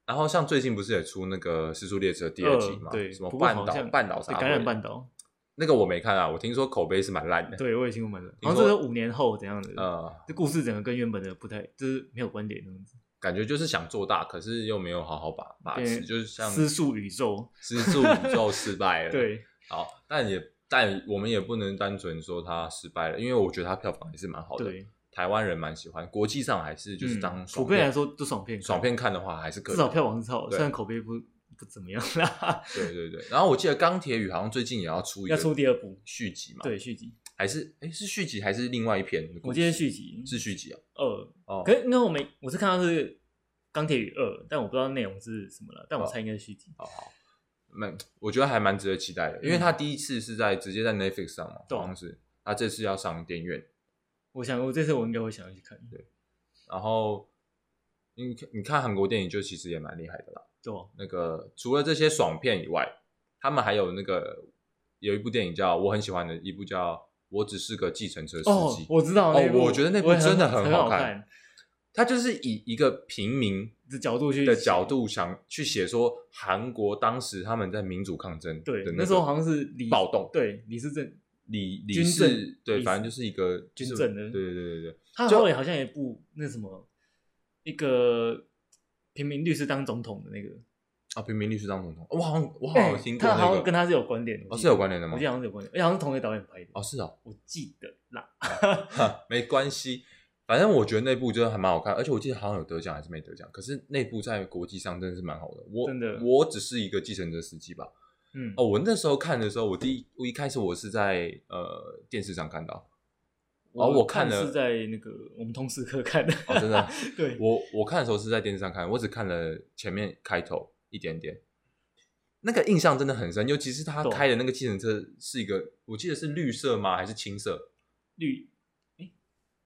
S1: 然后像最近不是也出那个《失速列车》第二集嘛？
S2: 呃对，
S1: 什么
S2: 不过
S1: 半
S2: 好
S1: 岛
S2: 像
S1: 半岛
S2: 对
S1: 啥
S2: 感染
S1: 会
S2: 半岛，
S1: 那个我没看啊，我听说口碑是蛮烂的。
S2: 对我也听过蛮多，
S1: 听
S2: 好像这是
S1: 说
S2: 五年后怎样的，
S1: 呃，
S2: 这故事整个跟原本的不太，就是没有关联那样子。
S1: 感觉就是想做大，可是又没有好好把把持，
S2: 对
S1: 就是像
S2: 私速宇宙，
S1: 失速宇宙失败了。，
S2: 对，
S1: 好，但也但我们也不能单纯说它失败了，因为我觉得它票房也是蛮好的。
S2: 对，
S1: 台湾人蛮喜欢，国际上还是就是
S2: 嗯
S1: 当
S2: 普
S1: 爽
S2: 遍
S1: 片、
S2: 来说就爽片，
S1: 爽片看的话还是可以，
S2: 至少票房是好，
S1: 对
S2: 虽然口碑不不怎么样啦，
S1: 对对对。然后我记得钢铁雨好像最近也要出一个
S2: 要出第二部
S1: 续集嘛，
S2: 对，续集，
S1: 还是哎是续集还是另外一篇的故事？
S2: 我记得续集
S1: 是续集啊，
S2: 二，
S1: 哦，
S2: 可是因为我没我是看到是钢铁与二，但我不知道内容是什么了，但我
S1: 哦
S2: 猜应该是续集，
S1: 好好，蛮我觉得还蛮值得期待的，因为他
S2: 嗯
S1: 第一次是在直接在 Netflix 上嘛，
S2: 对
S1: 好像是，他这次要上电影院，
S2: 我想我这次我应该会想要去看，
S1: 然后你看你看韩国电影就其实也蛮厉害的啦。
S2: 对吧？
S1: 那个除了这些爽片以外，他们还有那个有一部电影叫我很喜欢的一部叫《我只是个计程车司机》。
S2: 哦，我知道
S1: 哦
S2: 那部，
S1: 我觉得那部
S2: 我也
S1: 真的
S2: 很
S1: 很好
S2: 好
S1: 看，他就是以一个平民
S2: 的角度去
S1: 的
S2: 写
S1: 角度想去写说韩国当时他们在民主抗争
S2: 对
S1: 的，
S2: 那时候好像是李
S1: 暴动
S2: 对李世正，
S1: 李李
S2: 军
S1: 氏
S2: 政
S1: 对，
S2: 李
S1: 反正就是一个就是
S2: 军政的
S1: 对对对对对，
S2: 他
S1: 就
S2: 后来好像有一部那什么一个平民律师当总统的那个，
S1: 啊，平民律师当总统，哦我好像我好像
S2: 哎
S1: 听过
S2: 他好
S1: 那
S2: 像跟
S1: 个，
S2: 他是有关联的，我
S1: 哦
S2: 记
S1: 是
S2: 得
S1: 有关联的吗
S2: 我记？得好像是有关联，而且好像是同一个导演拍的，
S1: 哦是哦，
S2: 我记得啦，
S1: 哈，没关系，反正我觉得那部真的还蛮好看，而且我记得好像有得奖还是没得奖，可是那部在国际上真的是蛮好的。我
S2: 真的
S1: 我只是一个计程车司机吧，
S2: 嗯，
S1: 哦，我那时候看的时候，我第一我一开始我是在呃电视上看到，哦我看了
S2: 是在那个我们通识课看的，
S1: 哦 真的啊
S2: 对，
S1: 我我看的时候是在电视上看，我只看了前面开头一点点，那个印象真的很深，尤其是他
S2: 懂
S1: 开的那个计程车是一个，我记得是绿色吗？还是青色？
S2: 绿，哎，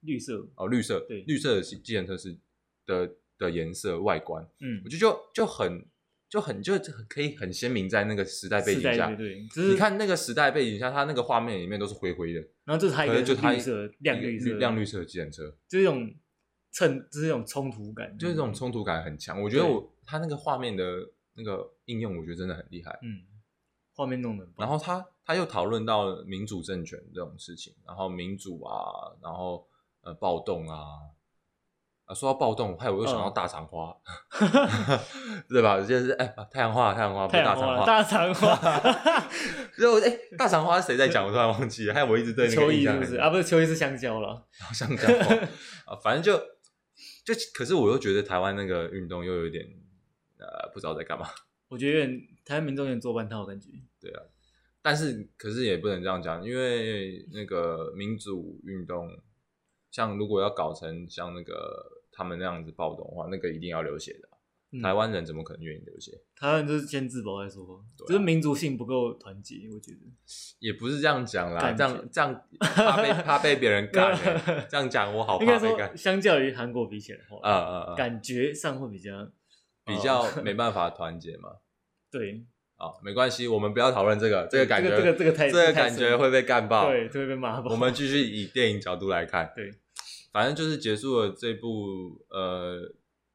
S2: 绿色，
S1: 哦，绿色，
S2: 对
S1: 绿色的计计程车是的的颜色外观，
S2: 嗯
S1: 我，觉得就就很就很就很可以很鲜明在那个时代背
S2: 是
S1: 景
S2: 在
S1: 下。
S2: 对对，只是
S1: 你，看那个时代背景下，它那个画面里面都是灰灰的，
S2: 然后这是还有
S1: 可
S2: 一
S1: 能
S2: 个
S1: 就是它
S2: 绿色
S1: 一
S2: 亮
S1: 个
S2: 绿色
S1: 亮绿色的计程车，
S2: 就是这种衬，就是这种冲突感，
S1: 就是这种冲突感很强。我觉得
S2: 嗯对
S1: 我它那个画面的那个应用，我觉得真的很厉害。
S2: 嗯，画面弄得很
S1: 然
S2: 棒
S1: 后他他又讨论到了民主政权这种事情，然后民主啊，然后呃暴动啊，啊说到暴动，害我又想到
S2: 嗯
S1: 大肠花， 对吧？就是哎、太阳花，太阳花不
S2: 太
S1: 是大
S2: 阳
S1: 肠
S2: 花
S1: 花，
S2: 了，大肠花，
S1: 然后哎、大肠花是谁在讲？我突然忘记了，害我一 直对那
S2: 秋
S1: 个印
S2: 意
S1: 象
S2: 是不
S1: 很
S2: 是
S1: 深
S2: 啊？不是秋意是香蕉了，
S1: 好像讲话啊，反正就就可是我又觉得台湾那个运动又有点呃不知道在干嘛，
S2: 我觉得有点台湾民众有点做半套的感觉，
S1: 但是可是也不能这样讲，因为那个民主运动，像如果要搞成像那个他们那样子暴动的话，那个一定要流血的啊，
S2: 嗯
S1: 台湾人怎么可能愿意流血？
S2: 台湾就是先自保再说，
S1: 对啊
S2: 只是民族性不够团结，我觉得。
S1: 也不是这样讲啦，
S2: 感
S1: 这
S2: 觉
S1: 样这样怕 被怕被别人干、欸，这样讲我好
S2: 应
S1: 怕
S2: 该
S1: 被干
S2: 说，，相较于韩国比起来的话，
S1: 啊啊啊，
S2: 感哦觉上会比较
S1: 比较没办法团结嘛。
S2: 对
S1: 啊，没关系，我们不要讨论这个，这个感觉，
S2: 呃这个这个太
S1: 这个
S2: 太
S1: 感
S2: 深
S1: 觉会被干爆。
S2: 对，就会被骂爆。
S1: 我们继续以电影角度来看，
S2: 哦对，
S1: 反正就是结束了这部呃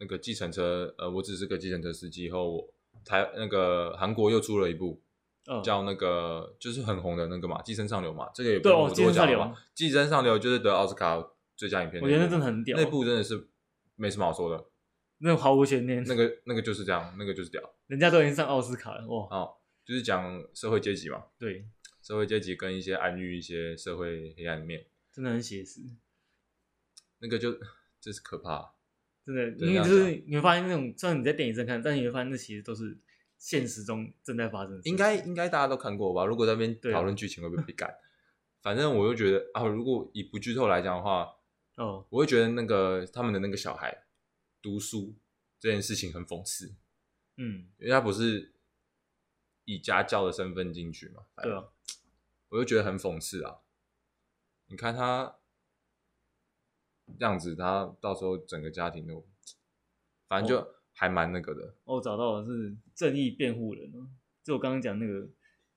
S1: 那个计程车，呃，我只是个计程车司机后，我台那个韩国又出了一部
S2: 嗯
S1: 叫那个就是很红的那个嘛，《寄生上流》嘛，这个也不
S2: 对
S1: 用
S2: 哦
S1: 我多
S2: 寄生上
S1: 讲了
S2: 流
S1: 嘛，《寄生上流》就是得奥斯卡最佳影片，
S2: 我觉得那真的很屌，
S1: 那部真的是没什么好说的，
S2: 那种毫无悬念，
S1: 那个那个就是这样，那个就是屌
S2: 人家都已经上奥斯卡了，哇，
S1: 哦，就是讲社会阶级嘛，
S2: 对，
S1: 社会阶级跟一些暗喻一些社会黑暗面，
S2: 真的很写实，
S1: 那个就这是可怕。
S2: 真的，
S1: 对啊
S2: 因为就
S1: 这样
S2: 是你会发现那种，虽然你在电影上看，但你会发现那其实都是现实中正在发生的事情，
S1: 应该应该大家都看过吧？如果在那边
S2: 对啊
S1: 讨论剧情会不会被干？ 反正我就觉得啊，如果以不剧透来讲的话，
S2: 哦，
S1: 我会觉得那个他们的那个小孩读书这件事情很讽刺，
S2: 嗯，
S1: 因为他不是以家教的身份进去嘛，
S2: 对啊，
S1: 我就觉得很讽刺啊！你看他这样子，他到时候整个家庭都，反正
S2: 哦
S1: 就还蛮那个的。
S2: 哦，我找到了是正义辩护人哦，就我刚刚讲那个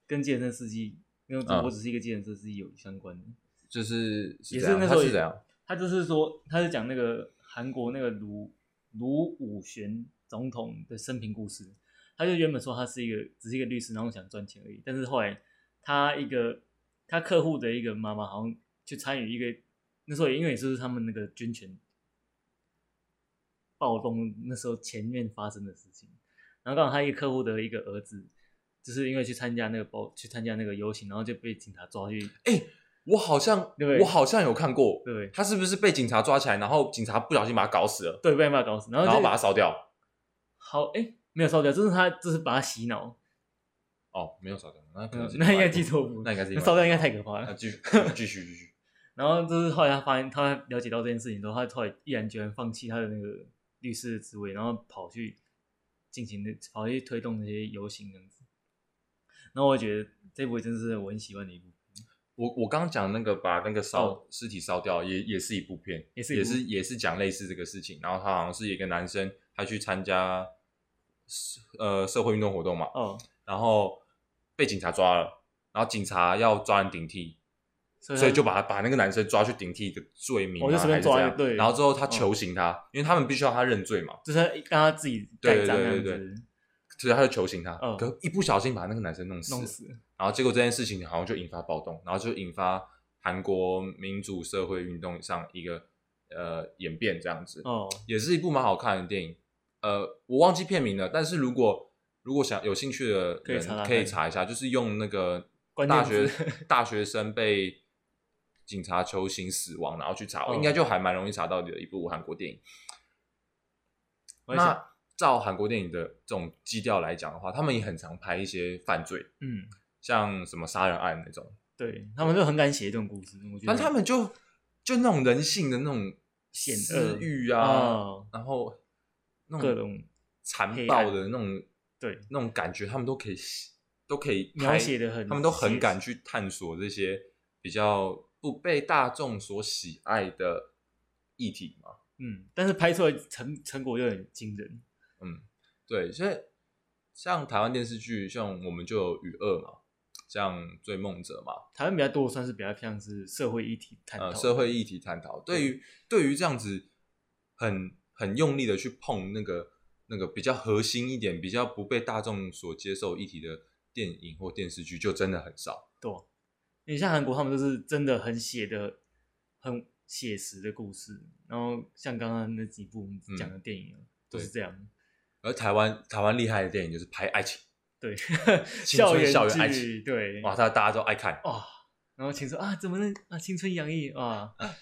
S2: 跟健身司机，因为
S1: 嗯
S2: 我只是一个健身司机有相关的，
S1: 就是是
S2: 也
S1: 怎样
S2: 那时
S1: 他
S2: 候
S1: 是
S2: 也
S1: 怎样？
S2: 他就是说，他是讲那个韩国那个卢卢武铉总统的生平故事。他就原本说他是一个只是一个律师，然后想赚钱而已。但是后来他一个他客户的一个妈妈好像去参与一个那时候也因为也是他们那个军权暴动那时候前面发生的事情。然后刚好他一个客户的一个儿子，就是因为去参加那个暴去参加那个游行，然后就被警察抓去，
S1: 哎、我好像
S2: 对不对
S1: 我好像有看过，
S2: 对
S1: 他是不是被警察抓起来，然后警察不小心把他搞死了，
S2: 对，被骂搞死，然后
S1: 然
S2: 就
S1: 后把他烧掉？
S2: 好，哎、没有烧掉，这是他，这是把他洗脑，
S1: 哦，没有烧掉，那可能
S2: 嗯
S1: 是
S2: 那应该记
S1: 记
S2: 错
S1: 错，嗯
S2: 不？
S1: 那应该是
S2: 那烧掉应该太可
S1: 怕。
S2: 怕
S1: 那
S2: 了。
S1: 继续继续继续，
S2: 然后就是后来他发现，他了解到这件事情之后，他后来毅然决然放弃他的那个律师的职位，然后跑去进行那跑去推动那些游行这样子。然后我觉得这部真是我很喜欢的一部，
S1: 我我刚刚讲那个把那个烧
S2: 哦
S1: 尸体烧掉，也也是一部片，
S2: 也是一
S1: 也
S2: 部
S1: 是也是讲类似这个事情，然后他好像是一个男生，他去参加呃社会运动活动嘛，
S2: 哦，
S1: 然后被警察抓了，然后警察要抓人顶替，
S2: 所以他
S1: 所以就把他把那个男生抓去顶替的罪名、啊，
S2: 哦就随便抓
S1: 还是怎样
S2: 对嗯
S1: 然后之后他求刑他，因为他们必须要他认罪嘛，
S2: 就是让他自己
S1: 对
S2: 盖
S1: 对
S2: 章
S1: 对
S2: 这样
S1: 对
S2: 子
S1: 对，所以他就求刑他，
S2: 嗯
S1: 可一不小心把那个男生弄死，
S2: 弄死了。
S1: 然后结果这件事情好像就引发暴动，然后就引发韩国民主社会运动上一个呃演变这样子，
S2: 哦，
S1: 也是一部蛮好看的电影，呃，我忘记片名了，但是如果如果想有兴趣的人
S2: 可以查查看
S1: 可以查一下，就是用那个
S2: 关键
S1: 大学
S2: 字
S1: 大学生被警察求刑死亡，然后去查，
S2: 哦
S1: 应该就还蛮容易查到的一部韩国电影。
S2: 我在想
S1: 那照韩国电影的这种基调来讲的话，他们也很常拍一些犯罪，
S2: 嗯，
S1: 像什么杀人案那种，
S2: 对他们就很敢写这种故事，我觉得
S1: 但他们就就那种人性的那种
S2: 险恶
S1: 私欲
S2: 啊、
S1: 啊，然后那
S2: 各
S1: 种
S2: 种
S1: 残
S2: 黑
S1: 暴
S2: 暗
S1: 的那种
S2: 对
S1: 那种感觉，他们都可以都可以
S2: 描
S1: 拍
S2: 写得很
S1: 他们都很
S2: 写
S1: 敢
S2: 实
S1: 去探索这些比较不被大众所喜爱的议题嘛。
S2: 嗯，但是拍出来成成果又很惊人，
S1: 嗯，对，所以像台湾电视剧，像我们就有《雨二》嘛，像《追梦者》嘛，
S2: 台湾比较多算是比较像是社会议题探讨、
S1: 呃，社会议题探讨。对于对于这样子很很用力的去碰那个那个比较核心一点、比较不被大众所接受议题的电影或电视剧，就真的很少。
S2: 对啊，你像韩国他们就是真的很写的很写实的故事，然后像刚刚那几部我们讲的电影啊，都
S1: 嗯
S2: 是
S1: 对
S2: 这样，
S1: 而台湾台湾厉害的电影就是拍爱情，
S2: 对，
S1: 青
S2: 校
S1: 春
S2: 园
S1: 校园爱
S2: 剧
S1: 情
S2: 对，哦
S1: 哇，大大家都爱看。
S2: 哇，然后青春啊，怎么能啊，青春洋溢啊，然后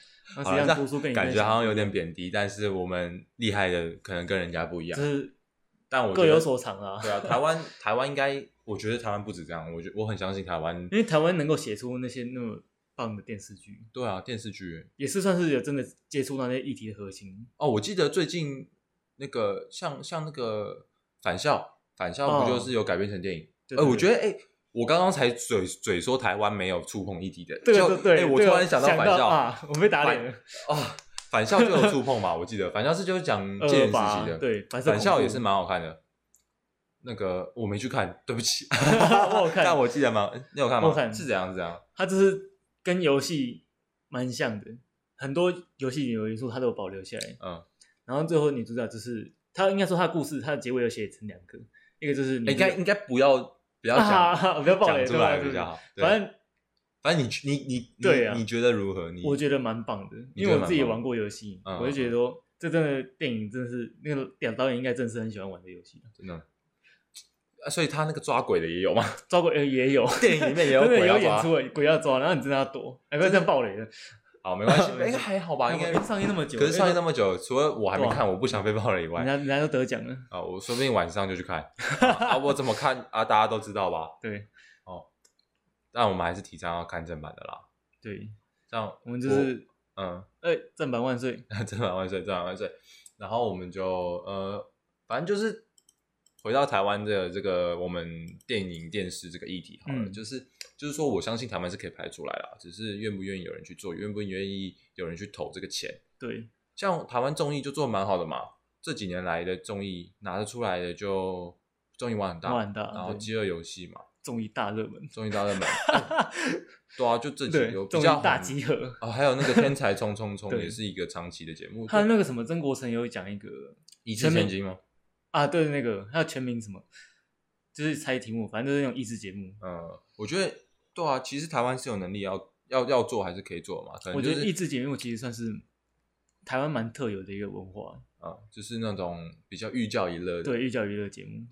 S1: 好
S2: 谁
S1: 了，
S2: 让读书跟
S1: 这
S2: 你
S1: 感
S2: 在
S1: 觉好像
S2: 想
S1: 有点贬低，但是我们厉害的可能跟人家不一样
S2: 就。是
S1: 但我觉
S2: 各
S1: 得
S2: 有所长啊，
S1: 对啊，台湾台湾应该，我觉得台湾不止这样，我觉我很相信台湾
S2: 因。为台湾能够写出那些那么棒的电视剧，
S1: 对啊，电视剧
S2: 也是算是有真的接触到那些议题的核心。
S1: 哦，我记得最近那个像像那个返校，返校不
S2: 哦
S1: 就是有改编成电影？
S2: 对
S1: 呃，我觉
S2: 得
S1: 得哎、我刚刚才嘴嘴说台湾没有触碰议题的，
S2: 对
S1: 就
S2: 对对，
S1: 哎我突
S2: 对
S1: 然想
S2: 到
S1: 返校
S2: 啊，我被打脸了。
S1: 啊，返校就有触碰嘛，我记得返校是就是 讲这件事情
S2: 228
S1: 的，，
S2: 对，反
S1: 返校也是
S2: 嘛，
S1: 蛮好看的。那个我没去看，对不起，
S2: 我有看
S1: 但我记得蛮，你有看吗？
S2: 我有看
S1: 是怎样是怎样？
S2: 它就是跟游戏蛮像的，很多游戏有元素它都有保留下来。
S1: 嗯，
S2: 然后最后女主角就是她，应该说她的故事，她的结尾有写成两个，一个就是女
S1: 哎应
S2: 主角
S1: 该应该不要不要
S2: 啊
S1: 讲，
S2: 不要爆雷，
S1: 讲出来
S2: 对吧
S1: 比较。好。对
S2: 反正
S1: 反正你你你你
S2: 对啊
S1: 你觉得如何？你
S2: 我觉得蛮棒的，
S1: 你
S2: 因
S1: 觉
S2: 为
S1: 得
S2: 我自己也
S1: 蛮棒
S2: 玩过游戏，
S1: 嗯
S2: 我就觉得说这真的电影真的是那个两导演应该真的是很喜欢玩的游戏。
S1: 真的啊，所以他那个抓鬼的也有嘛，
S2: 抓鬼呃也有，
S1: 电影里面也有
S2: 真的
S1: 鬼
S2: 有
S1: 要
S2: 演
S1: 抓。
S2: 出了鬼要抓，然后你真的要躲，哎，不要这样暴雷了。
S1: 好，没 关系，
S2: 没事
S1: 应该还好吧？应该。
S2: 上映那么久，
S1: 可是上映那
S2: 么
S1: 么久，除了我还没
S2: 对啊
S1: 看，我不想被爆了以
S2: 人
S1: 外，
S2: 家人家都得奖了，
S1: 啊，我说不定晚上就去 看。啊，我怎么看啊？大家都知道吧？
S2: 对
S1: 但我们还是提倡要看正版的啦。
S2: 对，
S1: 这样
S2: 我们就是
S1: 嗯，
S2: 哎正版万岁，
S1: 正版万岁，正版万岁。然后我们就呃，反正就是回到台湾的这个我们电影电视这个议题好了，
S2: 嗯
S1: 就是就是说，我相信台湾是可以拍出来啦，只是愿不愿意有人去做，愿不愿意有人去投这个钱。
S2: 对，
S1: 像台湾综艺就做得蛮好的嘛，这几年来的综艺拿得出来的就综艺玩很大，
S2: 玩很大
S1: 然后
S2: 对
S1: 饥饿游戏嘛，
S2: 综艺大热门，
S1: 综艺大热门，对啊，就这几
S2: 对
S1: 有，比
S2: 综艺
S1: 较
S2: 大
S1: 红
S2: 集合。
S1: 啊、还有那个天才冲冲冲
S2: 对
S1: 也是一个长期的节目，
S2: 他
S1: 就
S2: 那个什么曾国成有讲一个
S1: 一掷千金吗？
S2: 啊，对那个还有全民什么，就是猜题目，反正就是那种益智节目。
S1: 嗯，我觉得对啊，其实台湾是有能力要要要做还是可以做嘛，可
S2: 我
S1: 能
S2: 觉
S1: 嗯就
S2: 得益
S1: 是
S2: 智节目其实算是台湾蛮特有的一个文化，
S1: 啊、就是那种比较寓教于乐的，
S2: 对，寓教于乐节目，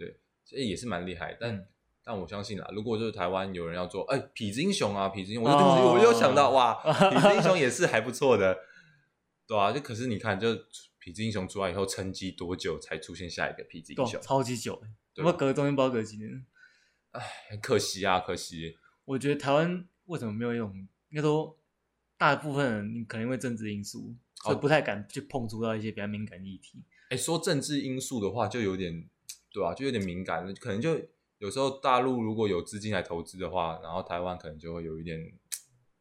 S1: 所以也是蛮厉害。但、
S2: 嗯
S1: 但我相信啦，如果就是台湾有人要做，哎、痞子英雄啊，痞子英雄，我
S2: 哦
S1: 就、我又想到 哇，痞子英雄也是还不错的，对啊，就可是你看，就痞子英雄出来以后，沉寂多久才出现下一个痞子
S2: 对
S1: 英
S2: 啊，
S1: 雄？
S2: 超级久欸，
S1: 对啊
S2: 有没有隔中间不知道隔几年？
S1: 很可惜啊，可惜。
S2: 我觉得台湾为什么没有用？应该说，大部分人可能因为政治因素，所
S1: 哦
S2: 以不太敢去碰触到一些比较敏感的议题。
S1: 哎，说政治因素的话，就有点，对啊，就有点敏感了。可能就有时候大陆如果有资金来投资的话，然后台湾可能就会有一点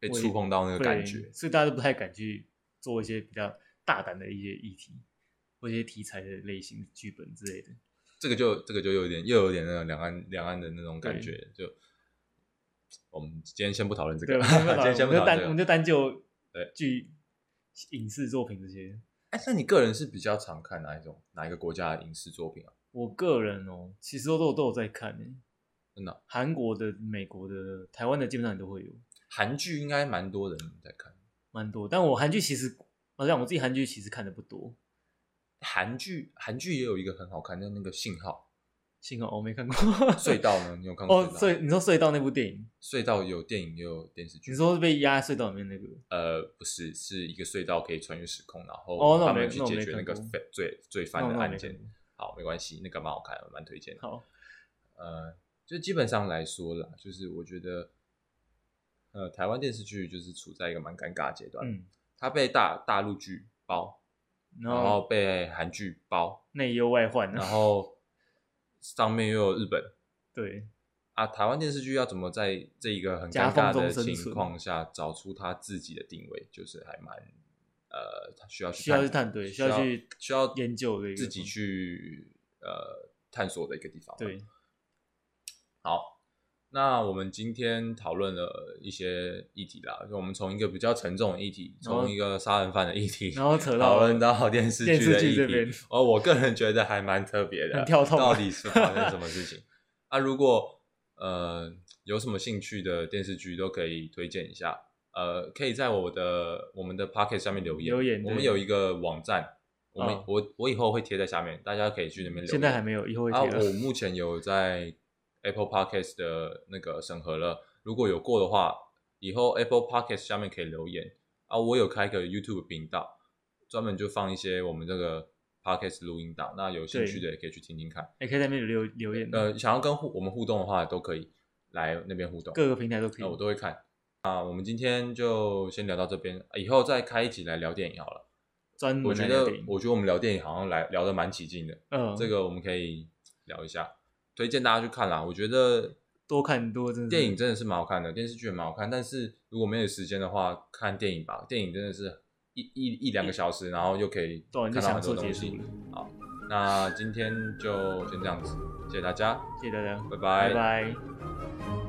S1: 被
S2: 会
S1: 触碰到那个
S2: 对，
S1: 感觉。
S2: 所以大家都不太敢去做一些比较大胆的一些议题或一些题材的类型、剧本之类的。
S1: 这个就这个就有点又有点那种两岸两岸的那种感
S2: 对
S1: 觉。就我们今天先不讨论这
S2: 对，
S1: 个，
S2: 我们
S1: 今天先
S2: 我
S1: 不
S2: 们就
S1: 讨
S2: 单
S1: 论
S2: 我
S1: 这
S2: 们
S1: 个。
S2: 就单就
S1: 对
S2: 剧、影视作品这些。
S1: 哎，那你个人是比较常看哪一种哪一个国家的影视作品啊？
S2: 我个人哦，其实都都都有在看诶、欸
S1: 真的啊
S2: 韩国的、美国的、台湾的，基本上也都会有。
S1: 韩剧应该蛮多人在看。
S2: 蛮多，但我韩剧其实好像我自己韩剧其实看的不多，
S1: 韩剧韩剧也有一个很好看的那个信号
S2: 幸好我哦没看过
S1: 隧道 呢，你有看过
S2: 哦，
S1: 隧道吗？
S2: 隧你说隧道那部电影，
S1: 隧道有电影也有电视剧
S2: 你。说是被压在隧道里面那个，
S1: 呃，不是，是一个隧道可以穿越时空，然
S2: 哦
S1: 后
S2: 那我
S1: 他
S2: 没
S1: 们去
S2: 那我
S1: 解
S2: 没
S1: 决那
S2: 看
S1: 个
S2: 过
S1: 罪罪
S2: 那
S1: 犯
S2: 我
S1: 的
S2: 那我
S1: 案
S2: 没
S1: 件
S2: 看。过
S1: 好，没关系，那个蛮好看的，蛮推荐的。
S2: 好，
S1: 呃，就基本上来说啦，就是我觉得，呃，台湾电视剧就是处在一个蛮尴尬的阶段，
S2: 嗯，
S1: 它被大大陆剧包，
S2: 然
S1: 然
S2: 后
S1: 后被韩剧 包，
S2: 内忧外患
S1: 然
S2: 啊，
S1: 后上面又有日本
S2: 对，
S1: 啊，台湾电视剧要怎么在这一个很
S2: 夹
S1: 尴
S2: 缝
S1: 尬
S2: 中
S1: 的
S2: 生
S1: 情
S2: 存
S1: 况下找出它自己的定位，就是还蛮呃，它需要去
S2: 需要去探对需
S1: 需
S2: 要去
S1: 需要
S2: 研究的一个
S1: 自己
S2: 方
S1: 去呃探索的一个地方，
S2: 对，
S1: 好，那我们今天讨论了一些议题啦，就我们从一个比较沉重的议题，
S2: 然后
S1: 从一个杀人犯的议题，
S2: 然后扯
S1: 讨
S2: 到
S1: 论到电视
S2: 电
S1: 剧
S2: 视
S1: 的
S2: 剧这
S1: 议
S2: 边
S1: 题，而我个人觉得还蛮特别的，
S2: 很跳啊痛
S1: 到底是发生什么事情？啊，如果呃有什么兴趣的电视剧都可以推荐一下，呃，可以在我的我们的 Pocket 下面留言，
S2: 留言
S1: 我们
S2: 对
S1: 有一个网站。我们、
S2: 哦
S1: 我我以后会贴在下面，大家可以去那边留言。
S2: 现在还没有，以后会
S1: 啊，
S2: 贴了
S1: 我目前有在 Apple Podcast 的那个审核了，如果有过的话，以后 Apple Podcast 下面可以留言啊。我有开个 YouTube 频道，专门就放一些我们这个 Podcast 录音档，那有兴趣的也可以去听听看。
S2: 也可以在那边留留言，
S1: 呃，想要跟互我们互动的话，都可以来那边互动，
S2: 各个平台都可
S1: 那我
S2: 以。
S1: 都会看。啊，我们今天就先聊到这边，以后再开一集来聊电影好了。
S2: 专
S1: 我
S2: 门
S1: 觉
S2: 嗯来聊
S1: 得
S2: 电影，
S1: 我觉得我们聊电影好像来聊得蛮起劲的。
S2: 嗯，
S1: 这个我们可以聊一下，推荐大家去看啦。我觉得
S2: 多看多真的是
S1: 电影真的是蛮好看的，电视剧也蛮好看。但是如果没有时间的话，看电影吧。电影真的是一一一两个小时，然后又可以
S2: 对，
S1: 看
S2: 你就
S1: 到很
S2: 享
S1: 多
S2: 受结
S1: 东
S2: 束
S1: 西
S2: 了。。
S1: 那今天就先这样子，谢谢大家，
S2: 谢谢大家，
S1: 拜
S2: 拜拜